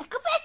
é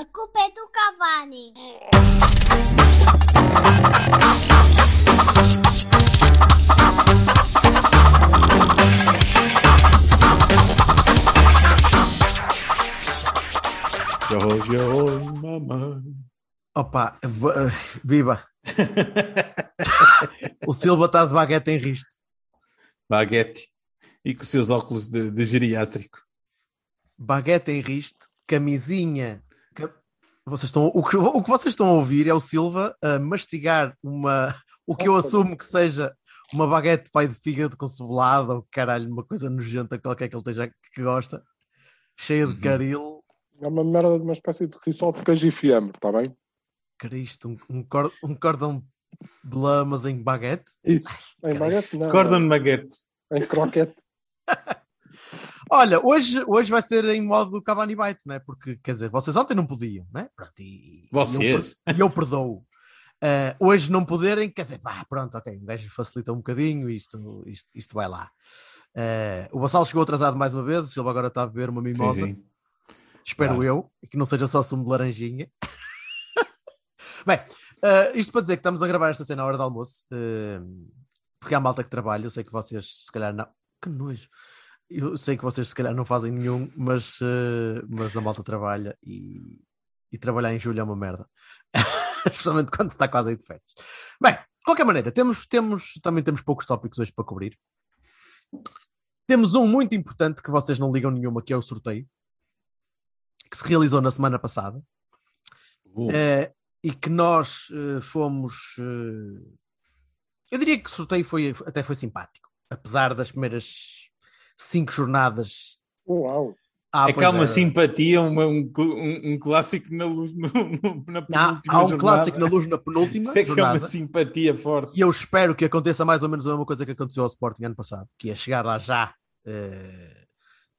A culpa é do Cavani. Opa, v- viva! o Silva está de baguete em riste. Baguete. E com seus óculos de, de geriátrico. Baguete em riste, camisinha. ca- Vocês estão, o, que, o que vocês estão a ouvir é o Silva a mastigar uma, o que eu assumo que seja uma baguete de pai de fígado com cebolada ou caralho, uma coisa nojenta qualquer que ele esteja que gosta, cheia de Uhum. caril. É uma merda de uma espécie de risoto de queijo e fiambre, está bem? Cristo, um, um, cor- um cordão de lamas em baguete. Isso. Em Caralho. baguete, não. Gordon Baguete. Em croquete. Olha, hoje, hoje vai ser em modo Cavani Bite, né? Porque, quer dizer, vocês ontem não podiam, né? Pronto, e, e eu Vocês. per- E eu perdoo. Ah, hoje não poderem, quer dizer, pá, pronto, ok, o gajo facilita um bocadinho, isto, isto, isto vai lá. Ah, o Bassal chegou atrasado mais uma vez, o Silva agora está a beber uma Sim, mimosa, sim. espero claro. eu, e que não seja só sumo de laranjinha. Bem, ah, isto para dizer que estamos a gravar esta cena à hora do almoço, ah, porque há malta que trabalha, eu sei que vocês se calhar não. Que nojo! Eu sei que vocês se calhar não fazem nenhum, mas, eh, mas a malta trabalha e, e trabalhar em julho é uma merda. Especialmente quando se está quase aí de férias. Bem, de qualquer maneira, temos, temos, também temos poucos tópicos hoje para cobrir. Temos um muito importante que vocês não ligam nenhuma, que é o sorteio, que se realizou na semana passada. Uh, Eh, e que nós eh, fomos. eh, eu diria que o sorteio foi, até foi simpático, apesar das primeiras cinco jornadas. Uau. Ah, é pois que há uma é. simpatia, uma- um, cl- um- um clássico na luz no, no- na Há, penúltima há um jornada. clássico na luz na penúltima Isso é que é jornada. uma simpatia forte. E eu espero que aconteça mais ou menos a mesma coisa que aconteceu ao Sporting ano passado, que é chegar lá já, eh,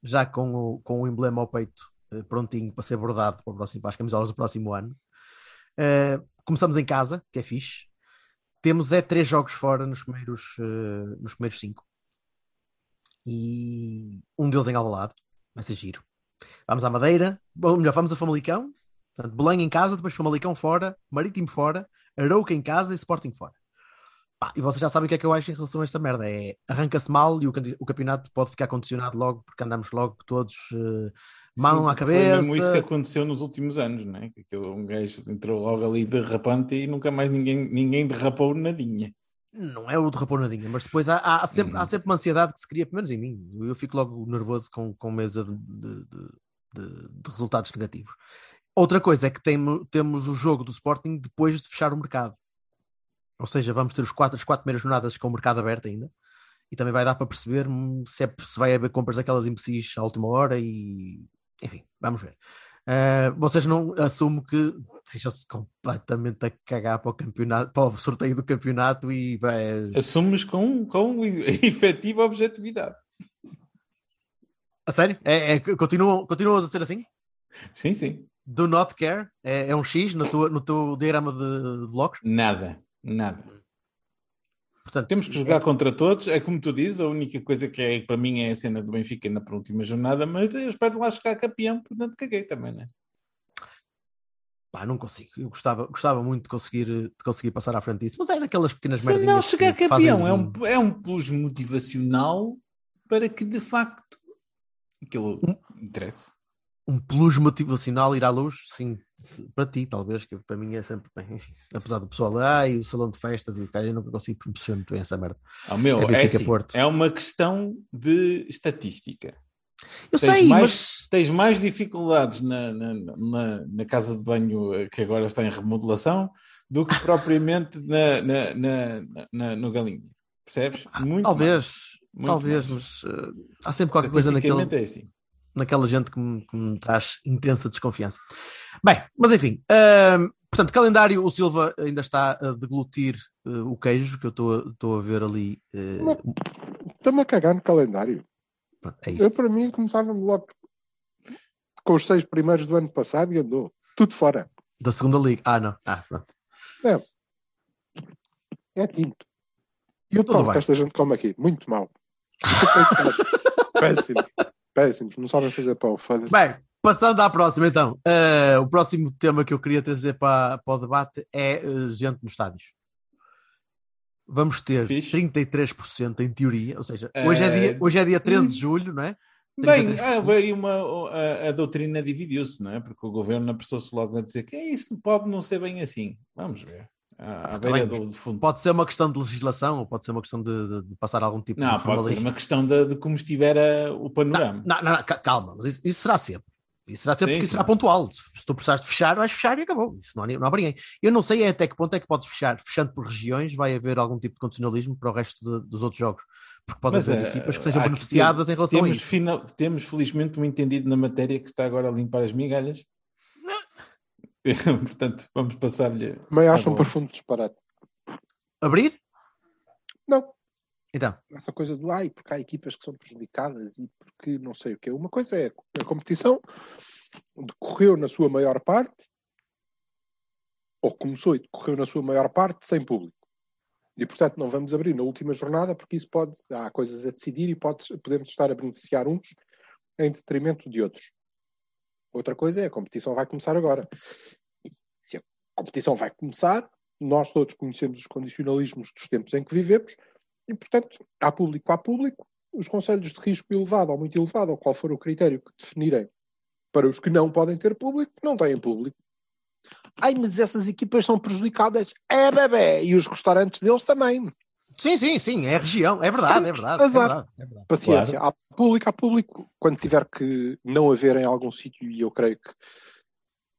já com o, com o emblema ao peito eh, prontinho para ser bordado para, o próximo, para as camisolas do próximo ano. Eh, começamos em casa, que é fixe. Temos é três jogos fora nos primeiros, eh, nos primeiros cinco. E um deles em Alvalade, vai ser giro. Vamos à Madeira, ou melhor, vamos a Famalicão. Portanto, Belém em casa, depois Famalicão fora, Marítimo fora, Arouca em casa e Sporting fora. Pá, e vocês já sabem o que é que eu acho em relação a esta merda. É arranca-se mal e o, campe- o campeonato pode ficar condicionado logo, porque andamos logo todos eh, mão Sim, à Foi cabeça. mesmo isso que aconteceu nos últimos anos, não é? Que aquele um gajo entrou logo ali derrapante e nunca mais ninguém, ninguém derrapou nadinha. Não é o de rapor nadinha, mas depois há, há- há sempre, há Uhum. sempre uma ansiedade que se cria, pelo menos em mim. Eu fico logo nervoso com, com mesa de, de- de- de- de resultados negativos. Outra coisa é que temo- temos o jogo do Sporting depois de fechar o mercado. Ou seja, vamos ter os quatro, as quatro primeiras jornadas com o mercado aberto ainda. E também vai dar para perceber hum, se, é- se vai haver compras daquelas imbecis à última hora e. Enfim, vamos ver. Ah, vocês não assumem que sejam-se completamente a cagar para o campeonato, para o sorteio do campeonato e é vai- Assumes com, com efetiva objetividade. A sério? É, é- continuam, continuas a ser assim? Sim, sim. Do not care? É, é um X no teu, no teu diagrama de, de blocos? Nada, nada. Portanto, Temos que jogar contra todos, é como tu dizes, a única coisa que é para mim é a cena do Benfica na penúltima jornada, mas eu espero lá chegar campeão, portanto caguei também, né? Pá, não consigo. Eu gostava, gostava muito de conseguir, de conseguir passar à frente disso, mas é daquelas pequenas Se merdinhas não chegar que fazem campeão, de é mim. um, é um plus motivacional para que de facto aquilo Hum. interesse. um plus motivacional ir à luz, sim, se- para ti, talvez, que para mim é sempre bem, enfim, apesar do pessoal, ai, o salão de festas e o cara, eu nunca consigo perceber muito bem essa merda. Ah, meu, É é, Benfica assim, Porto. é uma questão de estatística. Eu Tens sei, mais- mas Tens mais dificuldades na, na, na, na casa de banho eh, que agora está em remodelação do que propriamente na, na, na, na- no galinho. Percebes? Muito mais. Ah, talvez, Muito talvez, mais. mas eh, há sempre qualquer coisa naquele, Estatisticamente é assim. naquela gente que me, que me traz intensa desconfiança. Bem, mas enfim, ahm, portanto, calendário, o Silva ainda está a deglutir eh, o queijo que eu estou a- estou a ver ali. eh, Estou-me a cagar no calendário. Pronto, é isto. Eu, para mim, começava-me logo com os seis primeiros do ano passado e andou. Tudo fora. Da segunda liga. Ah, não. Ah, pronto. É tinto. E o Tudo pão bem. que esta gente come aqui? Muito mal. Péssimo. Péssimos. Não sabem fazer pão. Foda-se. Bem, passando à próxima então. Ah, o próximo tema que eu queria trazer para, para o debate é ah, gente nos estádios. Vamos ter Fixe. 33% em teoria, ou seja, hoje é Eh, dia, hoje é dia 13 de julho, não é? Bem, 33%. ah, veio uma, o- a, a doutrina dividiu-se, não é? Porque o governo apressou-se logo a dizer que é isso pode não ser bem assim. Vamos ver. À, à Está beira bem, do, do fundo. Pode ser uma questão de legislação, ou pode ser uma questão de, de- de passar algum tipo não, de pode ser formalismo. uma questão de, de como estiver a- o panorama. Não, não, não, ca- calma, mas isso, isso será sempre. Isso será Sim, sempre porque sim. isso será pontual. Se, se tu precisares de fechar, vais fechar e acabou. Isso não há, ni- não há para ninguém. Eu não sei é até que ponto é que podes fechar. Fechando por regiões, vai haver algum tipo de condicionalismo para o resto de- dos outros jogos. Porque podem Mas, haver eh, equipas que há sejam que beneficiadas em relação a Temos, isso. final- temos felizmente um entendido na matéria que está agora a limpar as migalhas. Portanto, vamos passar-lhe. Também é acho Tá um bom. profundo disparate. Abrir? Não. Então, Essa coisa do ai, porque há equipas que são prejudicadas e porque não sei o quê. Uma coisa é a competição decorreu na sua maior parte, ou começou e decorreu na sua maior parte, sem público. E, portanto, não vamos abrir na última jornada, porque isso pode. Há coisas a decidir e pode- podemos estar a beneficiar uns em detrimento de outros. Outra coisa é a competição vai começar agora. E Se a competição vai começar, nós todos conhecemos os condicionalismos dos tempos em que vivemos, e, portanto, há público, há público. Os conselhos de risco elevado ou muito elevado, ou qual for o critério que definirem para os que não podem ter público, não têm público. Ai, mas essas equipas são prejudicadas. É, bebê! E os restaurantes deles também. sim, sim, sim, é a região, é verdade, é verdade. É Azar. verdade, é verdade. Paciência. Há público, há público. Quando tiver que não haver em algum sítio, e eu creio que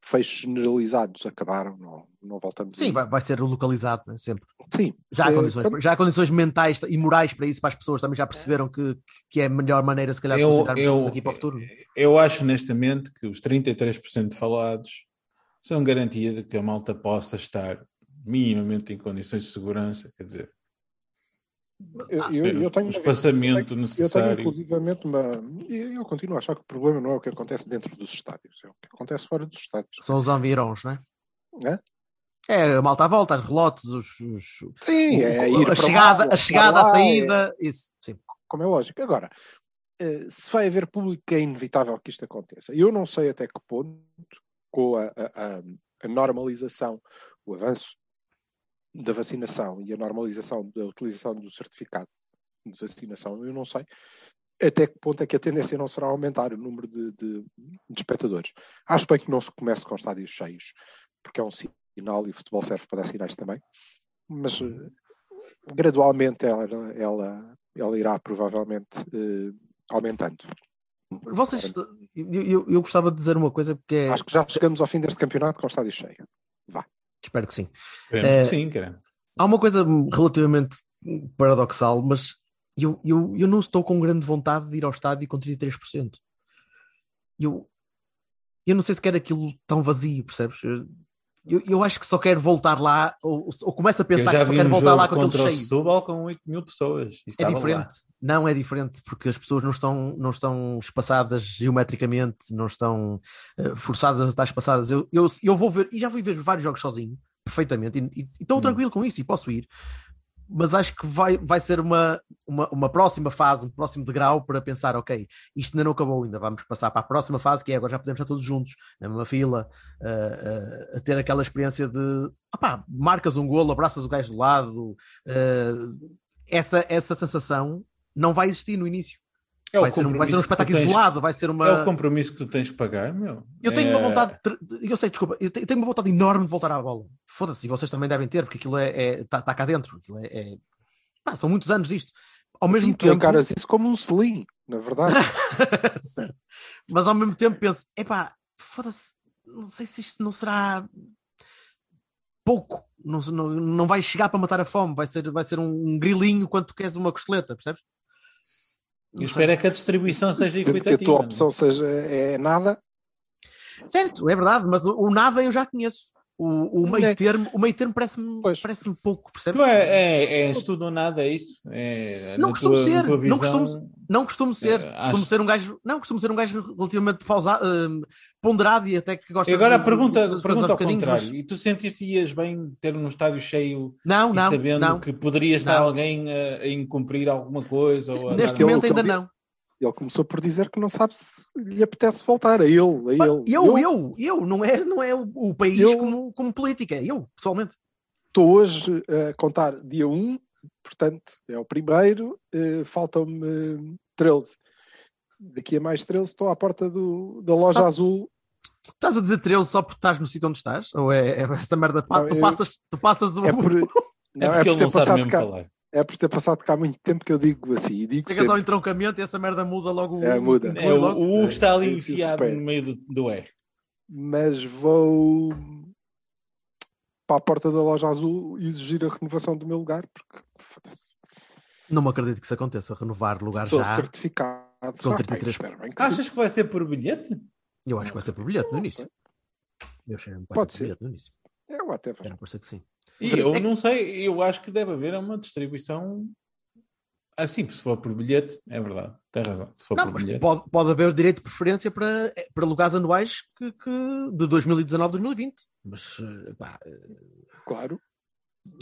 fechos generalizados acabaram, não, não voltamos. Sim, aí. vai, vai ser localizado, né, sempre. Sim. Já há, Eh, condições, quando- já há condições mentais e morais para isso, para as pessoas também já perceberam que, que é a melhor maneira, se calhar, de Eu, considerarmos eu, é, daqui para o futuro. eu acho honestamente que os 33% falados são garantia de que a malta possa estar minimamente em condições de segurança, quer dizer, Ah, eu, eu- ter eu o tenho. espaçamento Eu tenho necessário. inclusivamente uma. e Eu continuo a achar que o problema não é o que acontece dentro dos estádios, é o que acontece fora dos estádios. São os anvirons, não é? Hã? É, a malta à volta, as relotes, os, os- Sim, é ir a, para chegada, lá, a chegada, para a lá, saída, isso, sim. é- como é lógico. Agora, eh, se vai haver público, é inevitável que isto aconteça. Eu não sei até que ponto, com a, a- a- a normalização, o avanço da vacinação e a normalização da utilização do certificado de vacinação, eu não sei até que ponto é que a tendência não será aumentar o número de, de- de espectadores. Acho bem que não se comece com estádios cheios, porque é um sinal e o futebol serve para dar sinais também, mas eh, gradualmente ela, ela, ela irá provavelmente eh, aumentando. Vocês, eu, eu, eu gostava de dizer uma coisa, porque é- Acho que já chegamos ao fim deste campeonato com o estádio cheio. espero que sim. Esperemos eh, que sim, cara. Há uma coisa relativamente paradoxal, mas eu, eu, eu não estou com grande vontade de ir ao estádio com 33%. Eu, eu não sei se quero aquilo tão vazio, percebes? Eu- Eu, eu acho que só quero voltar lá, ou, ou começo a Eu pensar já que só vi quero um voltar jogo lá com aquilo contra o cheio. Setúbal com 8 mil pessoas. e É estava lá. diferente. Não é diferente, porque as pessoas não estão, não estão espaçadas geometricamente, não estão eh, forçadas a estar espaçadas. Eu, eu, eu vou ver, e já fui ver vários jogos sozinho, perfeitamente, e e- e estou Hum. tranquilo com isso e posso ir. Mas acho que vai, vai ser uma, uma, uma próxima fase, um próximo degrau para pensar, ok, isto ainda não acabou, ainda vamos passar para a próxima fase, que é agora já podemos estar todos juntos, na mesma fila, eh, eh, a ter aquela experiência de, opá, marcas um golo, abraças o gajo do lado, eh, essa, essa sensação não vai existir no inículo. É o vai, ser um, vai ser compromisso um que espetáculo tu tens- isolado, vai ser uma. É o compromisso que tu tens que pagar, meu. Eu tenho É- uma vontade, de- eu sei, desculpa, eu te- eu tenho uma vontade enorme de voltar à bola. Foda-se, e vocês também devem ter, porque aquilo é, é tá, tá cá dentro. Aquilo é, é- pá, são muitos anos disto. Ao mesmo Sim, Assim tu tempo, encaras isso como um selim, na verdade. Certo. mas ao mesmo tempo penso, epá, foda-se, não sei se isto não será pouco, não, se- não, não vai chegar para matar a fome, vai ser, vai ser um, um grilinho quanto tu queres uma costeleta, percebes? Eu Não sei. espero é que a distribuição seja Sendo que equitativa. a tua não é? opção seja é nada, Certo, é verdade, mas o, o nada eu já conheço. O, o Não meio é. termo, o meio termo parece-me Pois. parece pouco, percebes? Tu é, é, és tudo ou nada, é isso? É, na Não costumo tua- na ser, tua não costumo visão- Não costumo ser. Eh, costumo acho- ser um gajo. Não, costumo ser um gajo relativamente pausado, eh, ponderado e até que gosta E agora a de- pergunta, das coisas pergunta ao aos bocadinhos, contrário. mas- E tu sentirias bem ter um estádio cheio Não, e não, sabendo não. que poderia estar Não. alguém a, a incumprir alguma coisa? ou a Mas Neste que é o dar- um- momento que ele ainda disse. não. Ele começou por dizer que não sabe se lhe apetece voltar a ele. A Pá, ele. Eu, eu, eu, não é, não é o, o país Eu- como, como política, é eu, pessoalmente. estou hoje a contar dia 1, portanto é o primeiro, eh, faltam-me 13. Daqui a mais 13 estou à porta do- da loja Tá-se- azul. Estás a dizer 13 só porque estás no sítio onde estás? Ou é, é essa merda? pá, Não, tu, eu- passas, tu passas o. É por, É não, porque é ele por não ter sabe passado mesmo cá, falar. é por ter passado cá muito tempo que eu digo assim. e Digo Chegas ao sempre, entroncamento e essa merda muda logo. o- É, muda. inclui É, o, logo. o U está ali É isso, enfiado espero. no meio do, do E. mas vou para a porta da loja azul exigir a renovação do meu lugar porque foda-se, Não me acredito que isso aconteça. Renovar lugar estou já. certificado. Ah, Com pá, 33. espero bem Ah, que sim. Achas que vai ser por bilhete? Eu acho que vai ser por bilhete no início. Eu cheiro-me que vai Pode ser ser. por bilhete no início. Eu até Era por ser que sim. E eu não sei, eu acho que deve haver uma distribuição assim, se for por bilhete, é verdade, tem razão. Se for Não, por mas bilhete. pode, pode haver direito de preferência para, para lugares anuais que, que de 2019 2020. Mas, eh, pá, claro.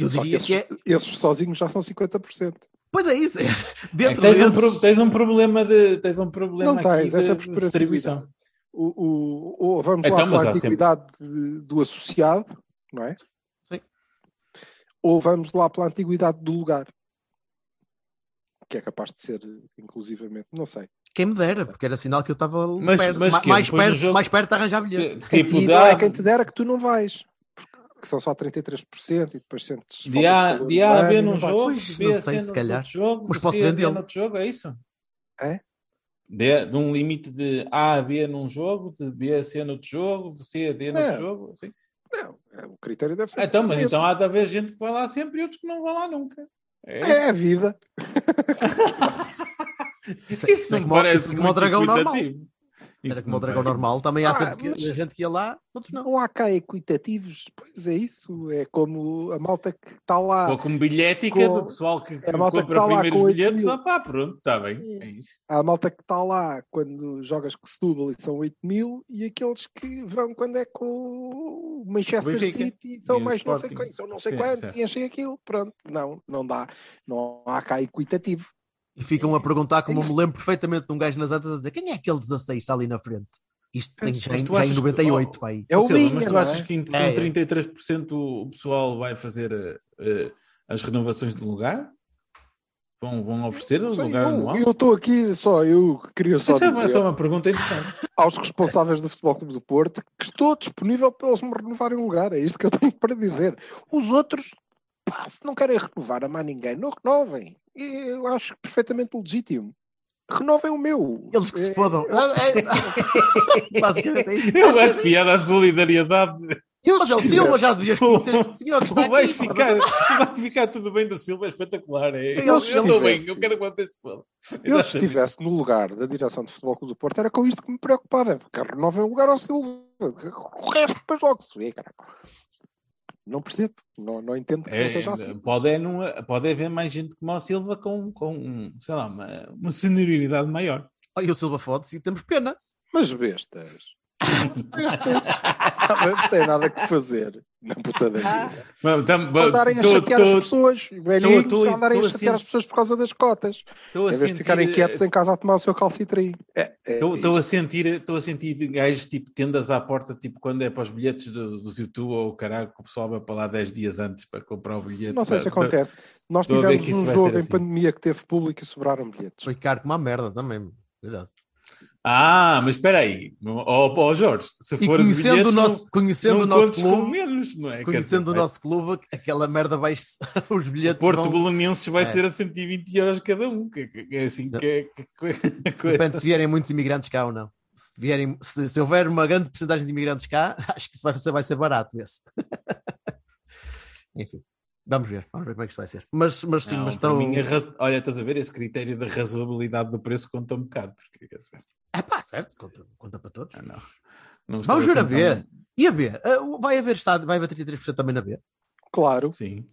É. eu Só que diria esses, que é. esses sozinhos já são 50%. Pois é isso. É Dentro que tens, um desses- pro- tens um problema de tens um problema Não tens, aqui essa é a de, de distribução. proporcionalidade. O, o, o- vamos Então, lá mas pela há sempre- antiguidade de- do associado, não é? Sim. Ou vamos lá pela antiguidade do lugar. Que é capaz de ser, inclusivamente, não sei. Quem me dera, porque era sinal que eu estava Mas- perto, mas ma- é? quê? mais, Depois do perto, jogo- mais perto de arranjar bilhete. Tipo, e não dá, é quem te dera que tu não vais. Porque são só 33% e depois sentes. de A, falta de calor A a no B ano num e não é vais. jogo, Pois, B não a sei, C se no calhar. outro jogo, Mas C posso a D vendê-lo. noutro jogo, é isso? É? De, de um limite de A a B num jogo, de B a C noutro jogo, de C a D noutro Não. jogo. Assim. Não, é, o critério deve ser. Então, sempre mas esse. então há de haver gente que vai lá sempre e outros que não vão lá nunca. É, É a vida. Isso, é isso é como, isso é como o dragão normal. Era como o dragão normal. Também há Ah, sempre que- mas- gente que ia lá, outros não. Não há cá equitativos, pois é isso. É como a malta que está lá. Ou com bilhética Ah, Com- do pessoal que, que a malta que compra tá lá primeiros com oito bilhetes, mil. ah pá, pronto, está bem. É isso. Há a malta que está lá quando jogas com Setúbal e são 8 mil, e aqueles que vão quando é com o Manchester Benfica. City e são E o mais não sei Sporting. quantos, são não sei É, quantos, certo. e enchem aquilo. Pronto, não, não dá. Não há cá equitativo. E ficam a perguntar, como eu me lembro perfeitamente de um gajo nas antas a dizer quem é aquele 16 que está ali na frente? Isto tem já, Mas em- tu já em achas que- 98, oh, pai. É o Ó Silva, mas Vinha, tu não é? achas que em- com É, é. 33% o pessoal vai fazer eh, eh, as renovações de lugar? Vão, vão oferecer o Não sei, lugar anual? eu estou aqui só, eu queria só Isso é dizer só uma pergunta interessante. aos responsáveis do Futebol Clube do Porto que estou disponível para eles me renovarem o lugar. É isto que eu tenho para dizer. Os outros, pá, se não querem renovar a mais ninguém, não renovem. Eu acho perfeitamente legítimo. Renovem o meu. Eles que se É, fodam. Basicamente é isso. Eu acho piada à solidariedade. eles Mas é o quiserem. Silva, já devias conhecer este senhor que está Vai aqui. ficar, vai ficar tudo bem do Silva, é espetacular. é. Eu Eu estou estivesse- bem, eu quero quanto se foda. é Eu se Exatamente. estivesse no lugar da direção do Futebol Clube do Porto, era com isto que me preocupava. é Porque renovem o lugar ao Silva. O resto depois logo se vê, cara. Não percebo. Não, não entendo que É, não seja assim. pode, é não, pode haver mais gente como o Silva com, com sei lá, uma, uma senioridade maior. Olha, o Silva fode-se e temos pena. Mas bestas. Bestas. Não tem nada que fazer na puta da vida. Mas tam- Vão andarem a tô- chatear as tô- pessoas. Velhinhos tô- tô- a andarem tô a a chatear as sentir- pessoas por causa das cotas. tô a Em vez de sentir- ficarem quietos em casa a tomar o seu calcitrim. É, é Estou estou a isto. sentir, estou a sentir gajos tipo tendas à porta, tipo quando é para os bilhetes do, do YouTube ou o caralho, que o pessoal vai para lá 10 dias antes para comprar o bilhete. Não sei se para- para- acontece. Nós tô a ver tivemos que isso um vai jogo ser em assim. pandemia que teve público e sobraram bilhetes. Foi caro como uma merda também. Verdade. Ah, mas espera aí, ó ó, Jorge, se E for de conhecendo bilhetes, o nosso, não, conhecendo não o nosso contes com clube, menos, não é? Quer conhecendo dizer, o nosso clube, aquela merda vai O os bilhetes Porto vão- Bolonenses vai É. ser a 120 euros cada um, que, que- que é assim que é que- que- que- Depende se vierem muitos imigrantes cá ou não. Se, vierem, se, se houver uma grande porcentagem de imigrantes cá, acho que isso vai ser, vai ser barato esse. Enfim, vamos ver, vamos ver como é que isto vai ser. Mas, mas sim, Não, mas para estão. mim, a raz- Olha, estás a ver, esse critério da razoabilidade do preço conta um bocado, porque quer dizer, É pá, certo, conta, conta para todos. ah, não. Não Vamos estava ver a assim ver. tão- E a B? Ah, vai, haver estado, vai haver 33% também na B. Claro. Sim.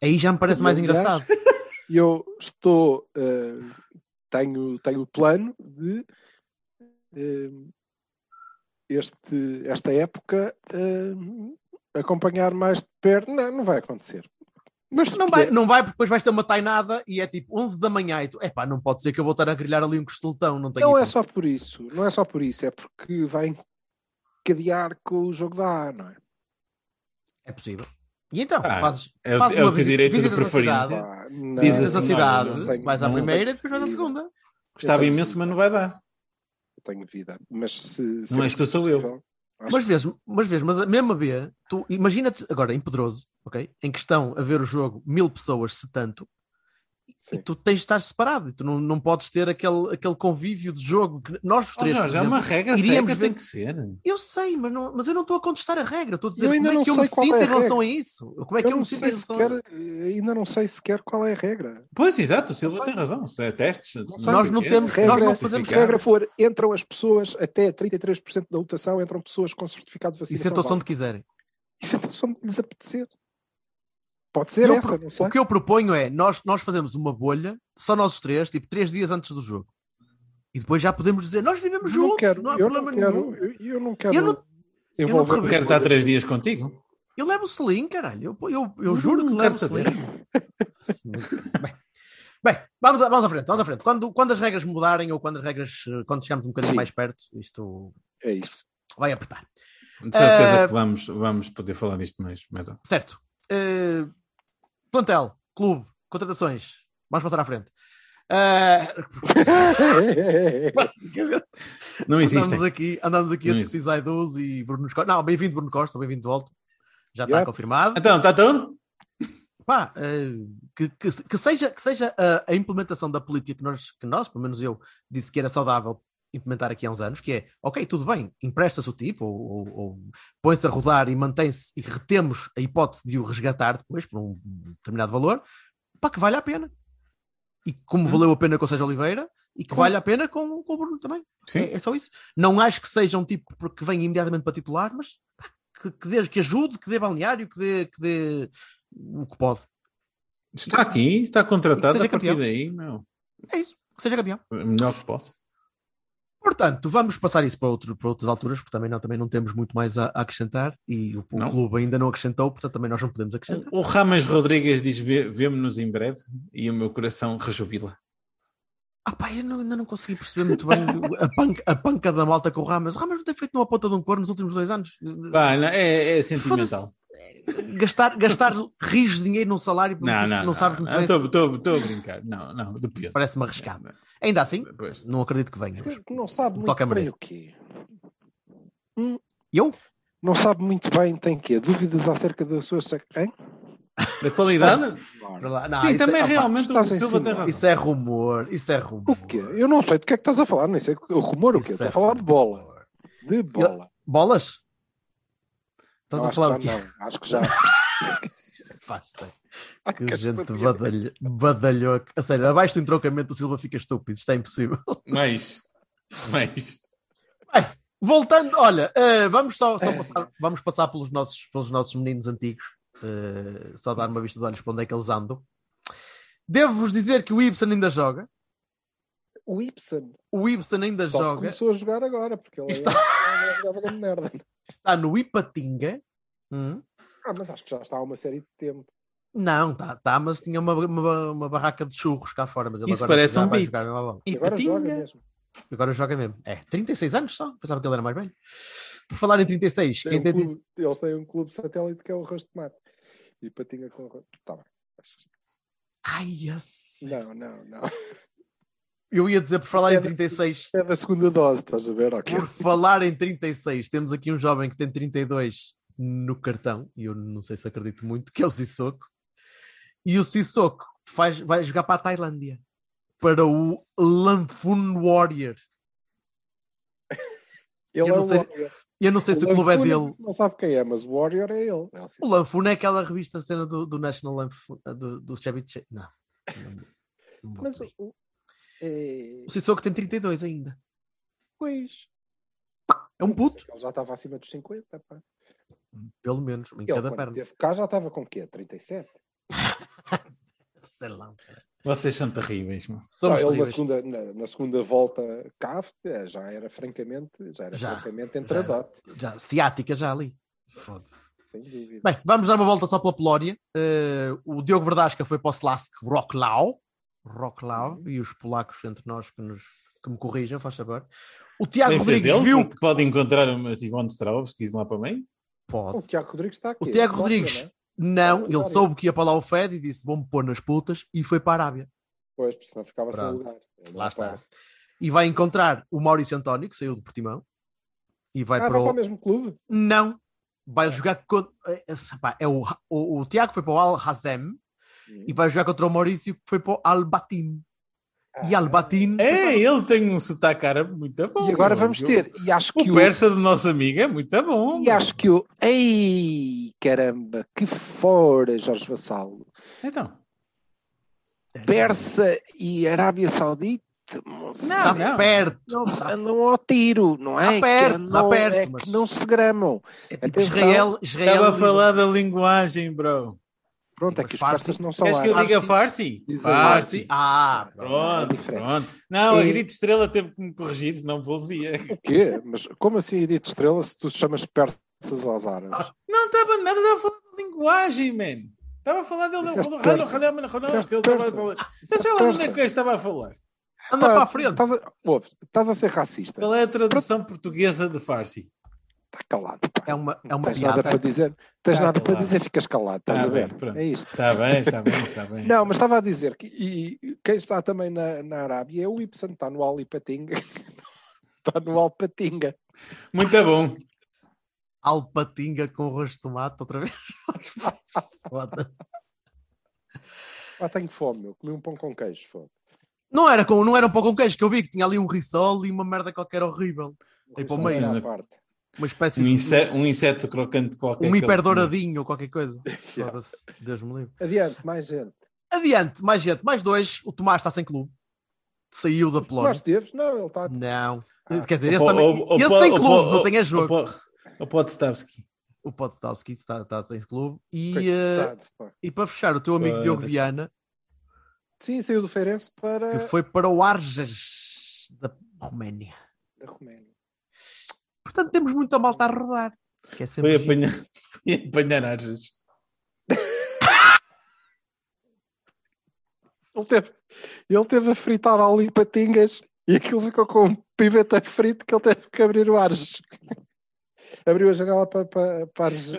Aí já me parece mais Aliás, engraçado. E eu estou. eh, tenho, tenho o plano de. eh, este, esta época eh, acompanhar mais de perto. Não, não vai acontecer. Mas é, se Não vai, puder- não vai, porque depois vais ter uma tainada e é tipo 11 da manhã e tu, epá, não pode ser que eu vou estar a grelhar ali um costeletão, não tenho Não é hipótese." só por isso, não é só por isso, é porque vai encadear com o jogo da A, não é? É possível. E então, Ah, fazes, é o- fazes é o uma teu visi- direito de visitas à preferência. cidade, Pá, não, Diz Visitas a assim, cidade, não, não tenho- vais à não primeira tenho e depois vais à vida. segunda. Gostava tenho imenso, vida. mas não vai dar. Eu tenho vida, mas se. é Não és tu, sou eu. Mas vês, mas vês, mas a mesma B, tu imagina-te agora em Pedroso, ok? Em que estão a ver o jogo mil pessoas, se tanto, e tu tens de estar separado, e tu não, não podes ter aquele, aquele convívio de jogo que nós os Oh, três, por Jorge, é exemplo- uma regra iríamos seca, ver- tem que ser. Eu sei, mas, não, mas eu não estou a contestar a regra, estou a dizer Eu como ainda é não que eu sei me qual sinto é a em relação a regra. isso. Como é que eu, Eu não me sinto em sei relação a sequer, eh, ainda não sei sequer qual é a regra. Pois, exato, o Silva Não tem sei. razão. Se é testes, sei. Nós sei não o quê, temos- regra nós não é fazemos Se Cara. justificada. a regra for, entram as pessoas, até 33% da lotação, entram pessoas com certificado de E vacinação. é sentam-se onde válido. quiserem. E sentam-se onde lhes apetecer. Pode ser Eu essa, pro- não sei. O que eu proponho é, nós, nós fazemos uma bolha, só nós os três, tipo três dias antes do jogo. E depois já podemos dizer, nós vivemos Eu juntos, não há eu problema não quero, nenhum. Eu, eu não quero Eu não- envolver-me Eu quero com estar isso. três dias contigo. Eu levo o selim, caralho. Eu, eu, eu juro que Não levo o quero selim. Bem, bem vamos, à, vamos à frente, vamos à frente. Quando, quando as regras mudarem ou quando as regras, eh, quando chegarmos um bocadinho Sim. mais perto, isto É isso. vai apertar. De certeza Eh, que vamos, vamos poder falar disto mais, mais alto. Certo. Eh, plantel, clube, contratações. Vamos passar à frente. Eh, basicamente, Não existem. andamos aqui, andamos aqui a Não discutir Zaidus e Bruno Costa. Não, bem-vindo, Bruno Costa, bem-vindo de volta. Já está Yep. confirmado. Então, está tudo? Pá, eh, que, que- que seja, que seja eh, a, a implementação da política que nós, que nós, pelo menos eu, disse que era saudável implementar aqui há uns anos, que é, ok, tudo bem, empresta-se o tipo, ou, ou- ou põe-se a rodar e mantém-se, e retemos a hipótese de o resgatar depois por um determinado valor, pá, que vale a pena. E como valeu a pena com o Sérgio Oliveira, e que vale a pena com, com o Bruno também. Sim. É, é só isso. Não acho que seja um tipo por- que venha imediatamente para titular, mas pá, que, que, dê, que ajude, que dê balneário, que dê, que dê o que pode. Está aqui, está contratado E que seja a partir campeão. daí, meu. É isso, que seja campeão. é o Melhor que posso. Portanto, vamos passar isso para, outro- para outras alturas, porque também não, também não temos muito mais a, a acrescentar e o, o Não. clube ainda não acrescentou, portanto também nós não podemos acrescentar. O Ramas Rodrigues diz: "Vê- vemo-nos em breve e o meu coração rejubila. Ah pá, eu não- ainda não consegui perceber muito bem a, panca, a panca da malta com o Ramas. O Ramas não tem feito uma ponta de um corno nos últimos dois anos. Pá, não, é, é sentimental. Foda-se. Gastar, gastar rios de dinheiro num salário porque Não, não, não, não. sabes muito não, Ah, bem. se- Estou a brincar. Não, não, de pior. Parece-me arriscado. Ainda assim, Pois. não acredito que venha. mas- Não sabe De muito qualquer bem maneira. o quê? Hum? Eu? Não sabe muito bem, tem quê? Dúvidas acerca da sua... sec- Hein? Da qualidade? Para lá- não, Sim, isso é- também opá, realmente o estás em Silva tem cima. razão. Isso é rumor, isso é rumor. O quê? Eu não sei do que é que estás a falar, nem sei. O rumor o quê? Isso é Estou a falar de bola. rumor. De bola. Bolas? Estás Não, a falar acho que de já não. Acho que já. Passa. Ai, Que que tipo gente estúpido. badalho, badalhoca. A sério, abaixo do entroncamento o Silva fica estúpido. Isto é impossível. Mais. Mais. Voltando, olha, eh, vamos só, É. só passar, vamos passar pelos nossos, pelos nossos meninos antigos. eh, só dar uma vista de olhos para onde é que eles andam. Devo-vos dizer que o Ibsen ainda joga. O Ibsen O Ibsen ainda só se joga. começou a jogar agora, porque ele Está- está... é jogava grande merda. Está no Ipatinga. Hum. Ah, mas acho que já está há uma série de tempo. Não, está, tá, mas tinha uma, uma- uma barraca de churros cá fora. Mas ele Isso agora parece já um vai beat. jogar na bola. E agora joga patinga. mesmo. Agora joga mesmo. É, 36 anos só? Pensava que ele era mais velho. Por falar em 36, Tem quem um tem. tipo- clube- Eles têm um clube satélite que é o Rosto de Mar. E patinha com o rosto. Tá bem. Ai, a sério. Não, não, não. eu ia dizer por falar É em da- 36. É da segunda dose, estás a ver? Ok. Por falar em 36, temos aqui um jovem que tem 32 no cartão, e eu não sei se acredito muito, que é o Sissoko. E o Sissoko faz, vai jogar para a Tailândia, para o Lamphun Warrior. eu Ele é não o sei se- Warrior. Eu não sei se o clube é Lanfuna dele. Não sabe quem é, mas o Warrior é ele. É assim. O Lamphun é aquela revista cena do, do National Lamphun, do, do Chevy Chase. Não. não- não vou Mas por aí. o- o. é, O Sissoko tem 32 ainda. Pois. É um puto, Ele já estava acima dos 50. Pá. pelo menos, em Ele, cada quando perna. teve cá, já estava com o quê? 37? Sei lá. cara. Vocês são terríveis, mano. Somos Ah, ele na terríveis. segunda, na, na segunda volta cá eh, já era francamente, já era Já, francamente já era. entradote, Já, ciática já ali. Foda-se. sem dúvida. Bem, vamos dar uma volta só pela Polónia. Eh, o Diogo Verdasca foi para o Slask Rocklau. Rocklau. Uhum. E os polacos entre nós que, nos, que me corrijam, faz favor. O Tiago Bem fez Rodrigues ele, viu. porque pode encontrar umas Ivone Straub, se quis lá para mim. Pode. O Tiago Rodrigues está aqui. é, O Tiago Rodrigues. Não, Olha, ele olha. soube que ia para lá o Fed e disse: Vou-me pôr nas putas e foi para a Arábia. Pois, porque senão ficava sem Pronto. lugar. Ele Lá não está. estava. E vai encontrar o Maurício António, que saiu do Portimão, e vai Ah, para vai para o o. mesmo clube? Não! Vai jogar contra. é, é, pá, é o, o, o Tiago foi para o Al Hazem e Hum. vai jogar contra o Maurício, que foi para o Al Batin. Ah, E Al Batin. É, ele tem um sotaque árabe muito bom. E agora meu vamos amigo. ter. E acho que O o. persa do nosso amigo é muito bom. E acho que o. Ei, caramba, que fora, Jorge Vassalo. Então, é É. Persa e Arábia Saudita. Está Não, não. Tá perto. Tá, Não se Está- andam ao tiro, não é? Dá perto, que dá não, perto, é mas- que não se gramam. É tipo Atenção. Israel. Israel estava a falar da linguagem, bro. Pronto, Sim, é mas que os Farsi- persas não são Queres que eu árabes. diga Farsi? Diz aí. Farsi. Ah, É Pronto, diferente. É. pronto. Não, a E- Grito Estrela teve que me corrigir, senão fazia. O quê? Mas como assim Edith Estrela se tu te chamas persas aos árabes? Não estava nada, estava a falar de linguagem, man. Estava a falar dele. Disseste Ele persa. Disseste estava a persa. falar. Eu Disseste sei lá de onde é persa. que eu estava a falar. anda Pá, tá- para a frente. Estás a, ouve, estás a ser racista. Qual é a tradução portuguesa de Farsi? Está calado. pá. É uma, é Não uma tens nada piada. para dizer. Tens Tá nada para calado. dizer, ficas calado. Estás Tá a ver? bem, pronto. É isto. Está bem, está bem, está bem. Não, mas estava a dizer que e- e quem está também na, na Arábia é o Ibsen, está no Alipatinga. Está no Alpatinga. Muito bom. Alpatinga com o rosto de tomate outra vez. Foda-se. Ah, tenho fome, meu. Comi um pão com queijo. Foda. Não era, com, não era um pão com queijo que eu vi que tinha ali um risol e uma merda qualquer horrível. E para o meio. Era à é parte. Uma Um, espécie de. inse- um inseto crocante qualquer. Um que é ele hiperdouradinho ou qualquer coisa. Foda-se. Deus me livre. Adiante, mais gente. Adiante, mais gente, mais dois. O Tomás está sem clube. Saiu da Polónia. Nós temos? Não, ele está. Não. Ah. Quer dizer, comia. esse também. Ou- ou- esse ou- tem ou- clube, ou- não tem a ou- jogo. ou- Ou Podstavski. O Podstowski está, está sem clube. E, tá. eh, Coitado, pá. e para fechar, o teu amigo Diogo Foda-se. Viana, Sim, saiu do Feirense que para foi para o Arjas da Roménia. a Roménia. Portanto, temos muita malta a rodar. Que é sempre Foi giro. apanhar, foi apanhar arjas. Ele teve, ele teve a fritar ali patingas e aquilo ficou com um pivete frito que ele teve que abrir o Arges. Abriu a janela para, para, para Arges.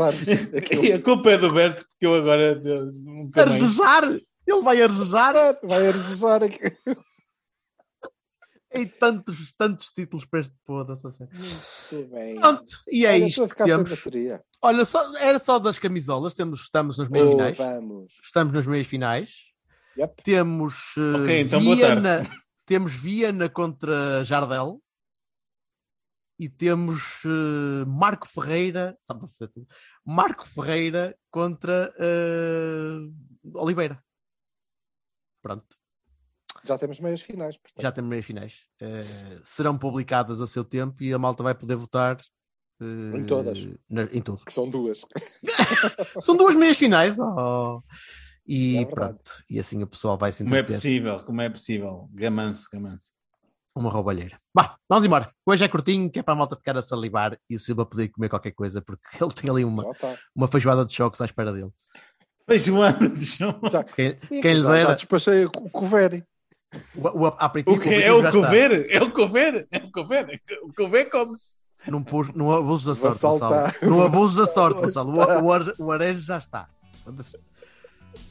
Arges. E Aquilo. a culpa é do Berto, porque eu agora eu, nunca mais- Arjejar! Ele vai arjejar Vai argesar aqui. em tantos, tantos títulos para este foda-se. a sério. Muito bem. Pronto, e é Olha, isto estou a que ficar sem temos. bateria. Olha, só, era só das camisolas, temos, estamos nas Oh, meias-finais. vamos. Estamos nas meias-finais. Yep. Temos eh, Ok, então boa Viena, temos Viena contra Jardel. E temos eh, Marco Ferreira, sabe fazer tudo. Marco Ferreira contra eh, Oliveira. Pronto. Já temos meias finais, portanto. já temos meias finais. Eh, serão publicadas a seu tempo e a malta vai poder votar eh, Em todas. na- em tudo. Que são duas. São duas meias finais. oh. E É verdade. pronto. E assim o pessoal vai se Como é entreter. possível? Como é possível? Gamanço, gamanço. uma roubalheira. Bah, vamos embora. Hoje é curtinho, que é para a malta ficar a salivar e o Silva poder comer qualquer coisa, porque ele tem ali uma, Já tá. está. uma feijoada de choques à espera dele. Feijoada um de chão. Já, Quem, sim, quem lhe já, já dera despachei o couveri. o, o aperitivo, O que é aperitivo o já está. cover? É o cover? É o cover? O cover come-se. Não, pus- não abuso da sorte, Vassal Vassalo. está- Não abuso da sorte, Vassal Vassalo. O, o, ar- o arejo já está.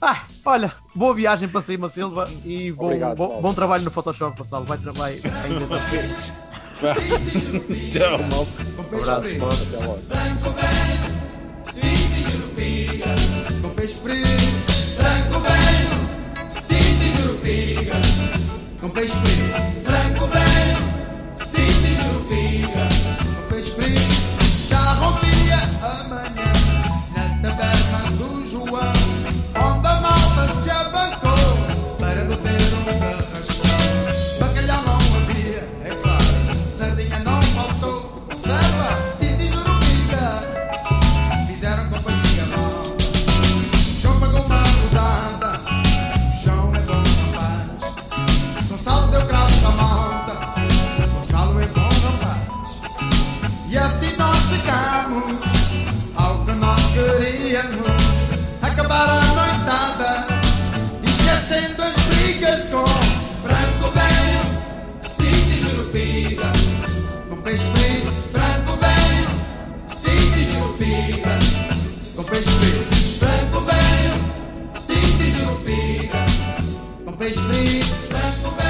Ah, olha, boa viagem para Cima Silva e bom, Obrigado, bom- Paulo. bom trabalho no Photoshop, Vassalo. Vai trabalho. Tchau, malta. Abraço, Até logo. um Bacalhau não havia, é claro, sardinha não faltou. é é assim governo acabar a noitada, esquecendo as brigas com branco velho, tintes jurupira. Com peixe frito, branco velho, tintes jurupira. Com peixe frito, branco velho, tintes jurupira. Com peixe frito, branco velho.